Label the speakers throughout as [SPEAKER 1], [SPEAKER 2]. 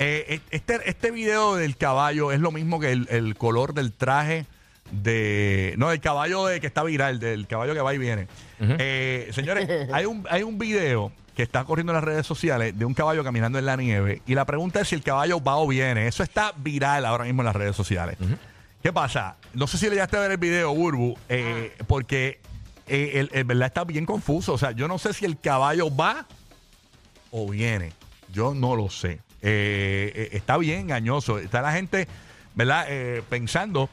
[SPEAKER 1] Eh, este, este video del caballo es lo mismo que el, el color del traje de. No, del caballo de, que está viral, del caballo que va y viene. Eh, señores, hay un, hay un video que está corriendo en las redes sociales de un caballo caminando en la nieve. Y la pregunta es si el caballo va o viene. Eso está viral ahora mismo en las redes sociales. ¿Qué pasa? No sé si le llegaste a ver el video, Burbu, eh, porque eh, el, el verdad está bien confuso. O sea, yo no sé si el caballo va o viene. Yo no lo sé. Eh, eh, está bien engañoso. Está la gente, ¿verdad? Eh, pensando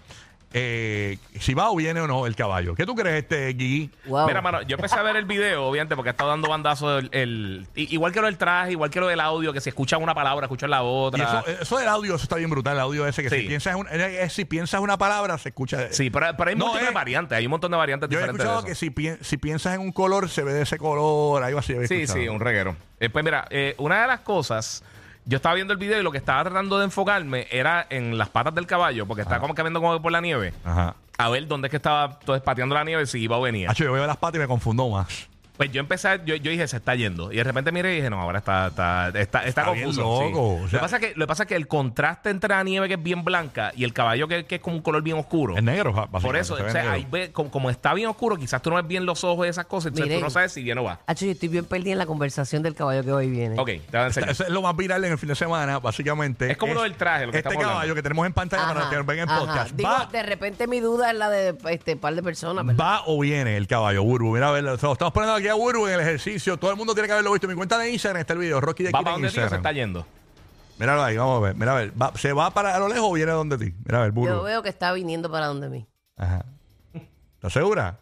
[SPEAKER 1] eh, si va o viene o no el caballo. ¿Qué tú crees, este Gui?
[SPEAKER 2] Wow.
[SPEAKER 3] Mira, mano, yo empecé a ver el video, obviamente, porque ha estado dando bandazos. El, el- i- igual que lo del traje, igual que lo del audio, que si escuchas una palabra, escuchas la
[SPEAKER 1] Y
[SPEAKER 3] otra.
[SPEAKER 1] eso, eso del audio, eso está bien brutal, el audio ese que si
[SPEAKER 3] Sí.
[SPEAKER 1] piensas un- eh, eh, si piensas una palabra, se escucha.
[SPEAKER 3] sí, pero, pero hay
[SPEAKER 1] No,
[SPEAKER 3] múltiples
[SPEAKER 1] eh,
[SPEAKER 3] variantes, hay un montón de variantes
[SPEAKER 1] Yo he
[SPEAKER 3] diferentes.
[SPEAKER 1] escuchado
[SPEAKER 3] de
[SPEAKER 1] que
[SPEAKER 3] eso.
[SPEAKER 1] si, pien- si piensas en un color, se ve de ese color, algo así. había
[SPEAKER 3] sí,
[SPEAKER 1] escuchado.
[SPEAKER 3] sí, un reguero. Eh, pues mira, eh, una de las cosas, yo estaba viendo el video y lo que estaba tratando de enfocarme era en las patas del caballo, porque
[SPEAKER 1] Ah.
[SPEAKER 3] estaba como caminando como por la nieve.
[SPEAKER 1] Ajá.
[SPEAKER 3] A ver dónde es que estaba entonces, pateando la nieve, si iba o venía.
[SPEAKER 1] Hacho, yo veo las patas y me confundo más.
[SPEAKER 3] Pues yo empecé, a- yo, yo dije, se está yendo. Y de repente miré y dije, no, ahora está, está, está, está,
[SPEAKER 1] bien
[SPEAKER 3] confuso. sí.
[SPEAKER 1] loco, o
[SPEAKER 3] Lo,
[SPEAKER 1] sea-
[SPEAKER 3] que pasa es que, lo que pasa es que el contraste entre la nieve que es bien blanca y el caballo que, que es como un color bien oscuro.
[SPEAKER 1] Es negro, fa- básicamente,
[SPEAKER 3] Por eso,
[SPEAKER 1] se ve
[SPEAKER 3] o sea,
[SPEAKER 1] negro.
[SPEAKER 3] ahí ve- como, como está bien oscuro, quizás tú no ves bien los ojos de esas cosas, entonces
[SPEAKER 2] Miren.
[SPEAKER 3] tú no sabes si viene o va.
[SPEAKER 2] Hacho, Ah, yo estoy bien perdida en la conversación del caballo que hoy viene.
[SPEAKER 3] Ok, te voy a enseñar.
[SPEAKER 1] Eso es lo más viral en el fin de semana, básicamente.
[SPEAKER 3] Es como lo del traje, lo que
[SPEAKER 1] Este
[SPEAKER 3] estamos
[SPEAKER 1] caballo
[SPEAKER 3] hablando.
[SPEAKER 1] que tenemos en pantalla
[SPEAKER 2] Ajá,
[SPEAKER 1] para los que nos ven en
[SPEAKER 2] ajá.
[SPEAKER 1] podcast.
[SPEAKER 2] Digo,
[SPEAKER 1] ¿Va,
[SPEAKER 2] de repente mi duda es la de este par de personas, ¿verdad?
[SPEAKER 1] va o viene el caballo, Burbu? Mira, a ver, lo estamos poniendo aquí a Burbu en el ejercicio. Todo el mundo tiene que haberlo visto. Mi cuenta de Instagram está el video. Rocky de
[SPEAKER 3] Va
[SPEAKER 1] Kid
[SPEAKER 3] para
[SPEAKER 1] en
[SPEAKER 3] donde tío se
[SPEAKER 1] Instagram.
[SPEAKER 3] está yendo.
[SPEAKER 1] Míralo ahí, vamos a ver. Mira, a ver. Va- ¿Se va para a lo lejos o viene donde ti? Mira, a ver,
[SPEAKER 2] Yo
[SPEAKER 1] Burbu.
[SPEAKER 2] veo que está viniendo para donde mí.
[SPEAKER 1] Ajá. ¿Estás segura?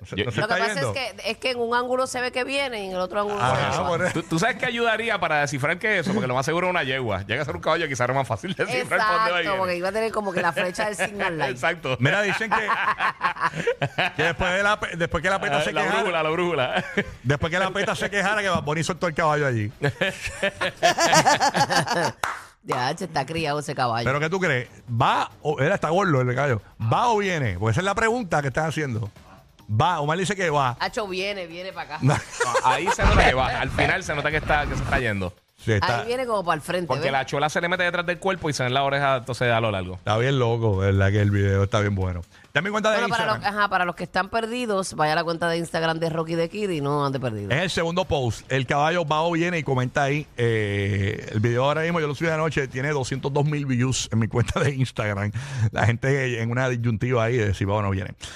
[SPEAKER 1] ¿No se,
[SPEAKER 3] Yo-
[SPEAKER 1] no se
[SPEAKER 2] Lo que
[SPEAKER 1] está
[SPEAKER 2] pasa
[SPEAKER 1] yendo?
[SPEAKER 2] es que, es que en un ángulo se ve que viene y en el otro ángulo
[SPEAKER 1] Ah,
[SPEAKER 2] se ve
[SPEAKER 1] ah,
[SPEAKER 2] que va.
[SPEAKER 1] por eso.
[SPEAKER 3] ¿Tú, tú sabes que ayudaría para descifrar qué es eso, porque lo más seguro es una yegua. Llega a ser un caballo, quizás era más fácil descifrar por dónde va
[SPEAKER 2] Exacto,
[SPEAKER 3] y viene.
[SPEAKER 2] porque iba a tener como que la flecha del signal light.
[SPEAKER 3] Exacto.
[SPEAKER 1] Mira, dicen que, que después, de la, pe- después que la peta
[SPEAKER 3] Ah,
[SPEAKER 1] se
[SPEAKER 3] la
[SPEAKER 1] quejara,
[SPEAKER 3] brújula, la brújula.
[SPEAKER 1] después que la peta se quejara, que va a soltó el caballo allí.
[SPEAKER 2] Ya, se está criado ese caballo.
[SPEAKER 1] Pero ¿qué tú crees? ¿Va o era está gordo el caballo? ¿Va o viene? Porque esa es la pregunta que están haciendo. Va, Omar dice que va.
[SPEAKER 2] Hacho viene, viene para acá.
[SPEAKER 3] Ahí se nota que va. Al final se nota que, está, que se está yendo.
[SPEAKER 1] Sí, está,
[SPEAKER 2] Ahí viene como para el frente.
[SPEAKER 3] Porque
[SPEAKER 2] ¿ves?
[SPEAKER 3] la chola se le mete detrás del cuerpo y se ve en la oreja, entonces a lo largo.
[SPEAKER 1] está bien loco, de verdad que el video está bien bueno. Dame mi cuenta de
[SPEAKER 2] Bueno, para los,
[SPEAKER 1] Instagram.
[SPEAKER 2] ajá, para los que están perdidos, vaya a la cuenta de Instagram de Rocky de Kid y no ande perdido.
[SPEAKER 1] Es el segundo post. El caballo va o viene y comenta ahí. eh, el video ahora mismo, yo lo subí anoche, tiene 202 mil views en mi cuenta de Instagram. La gente en una disyuntiva ahí de si va o no viene.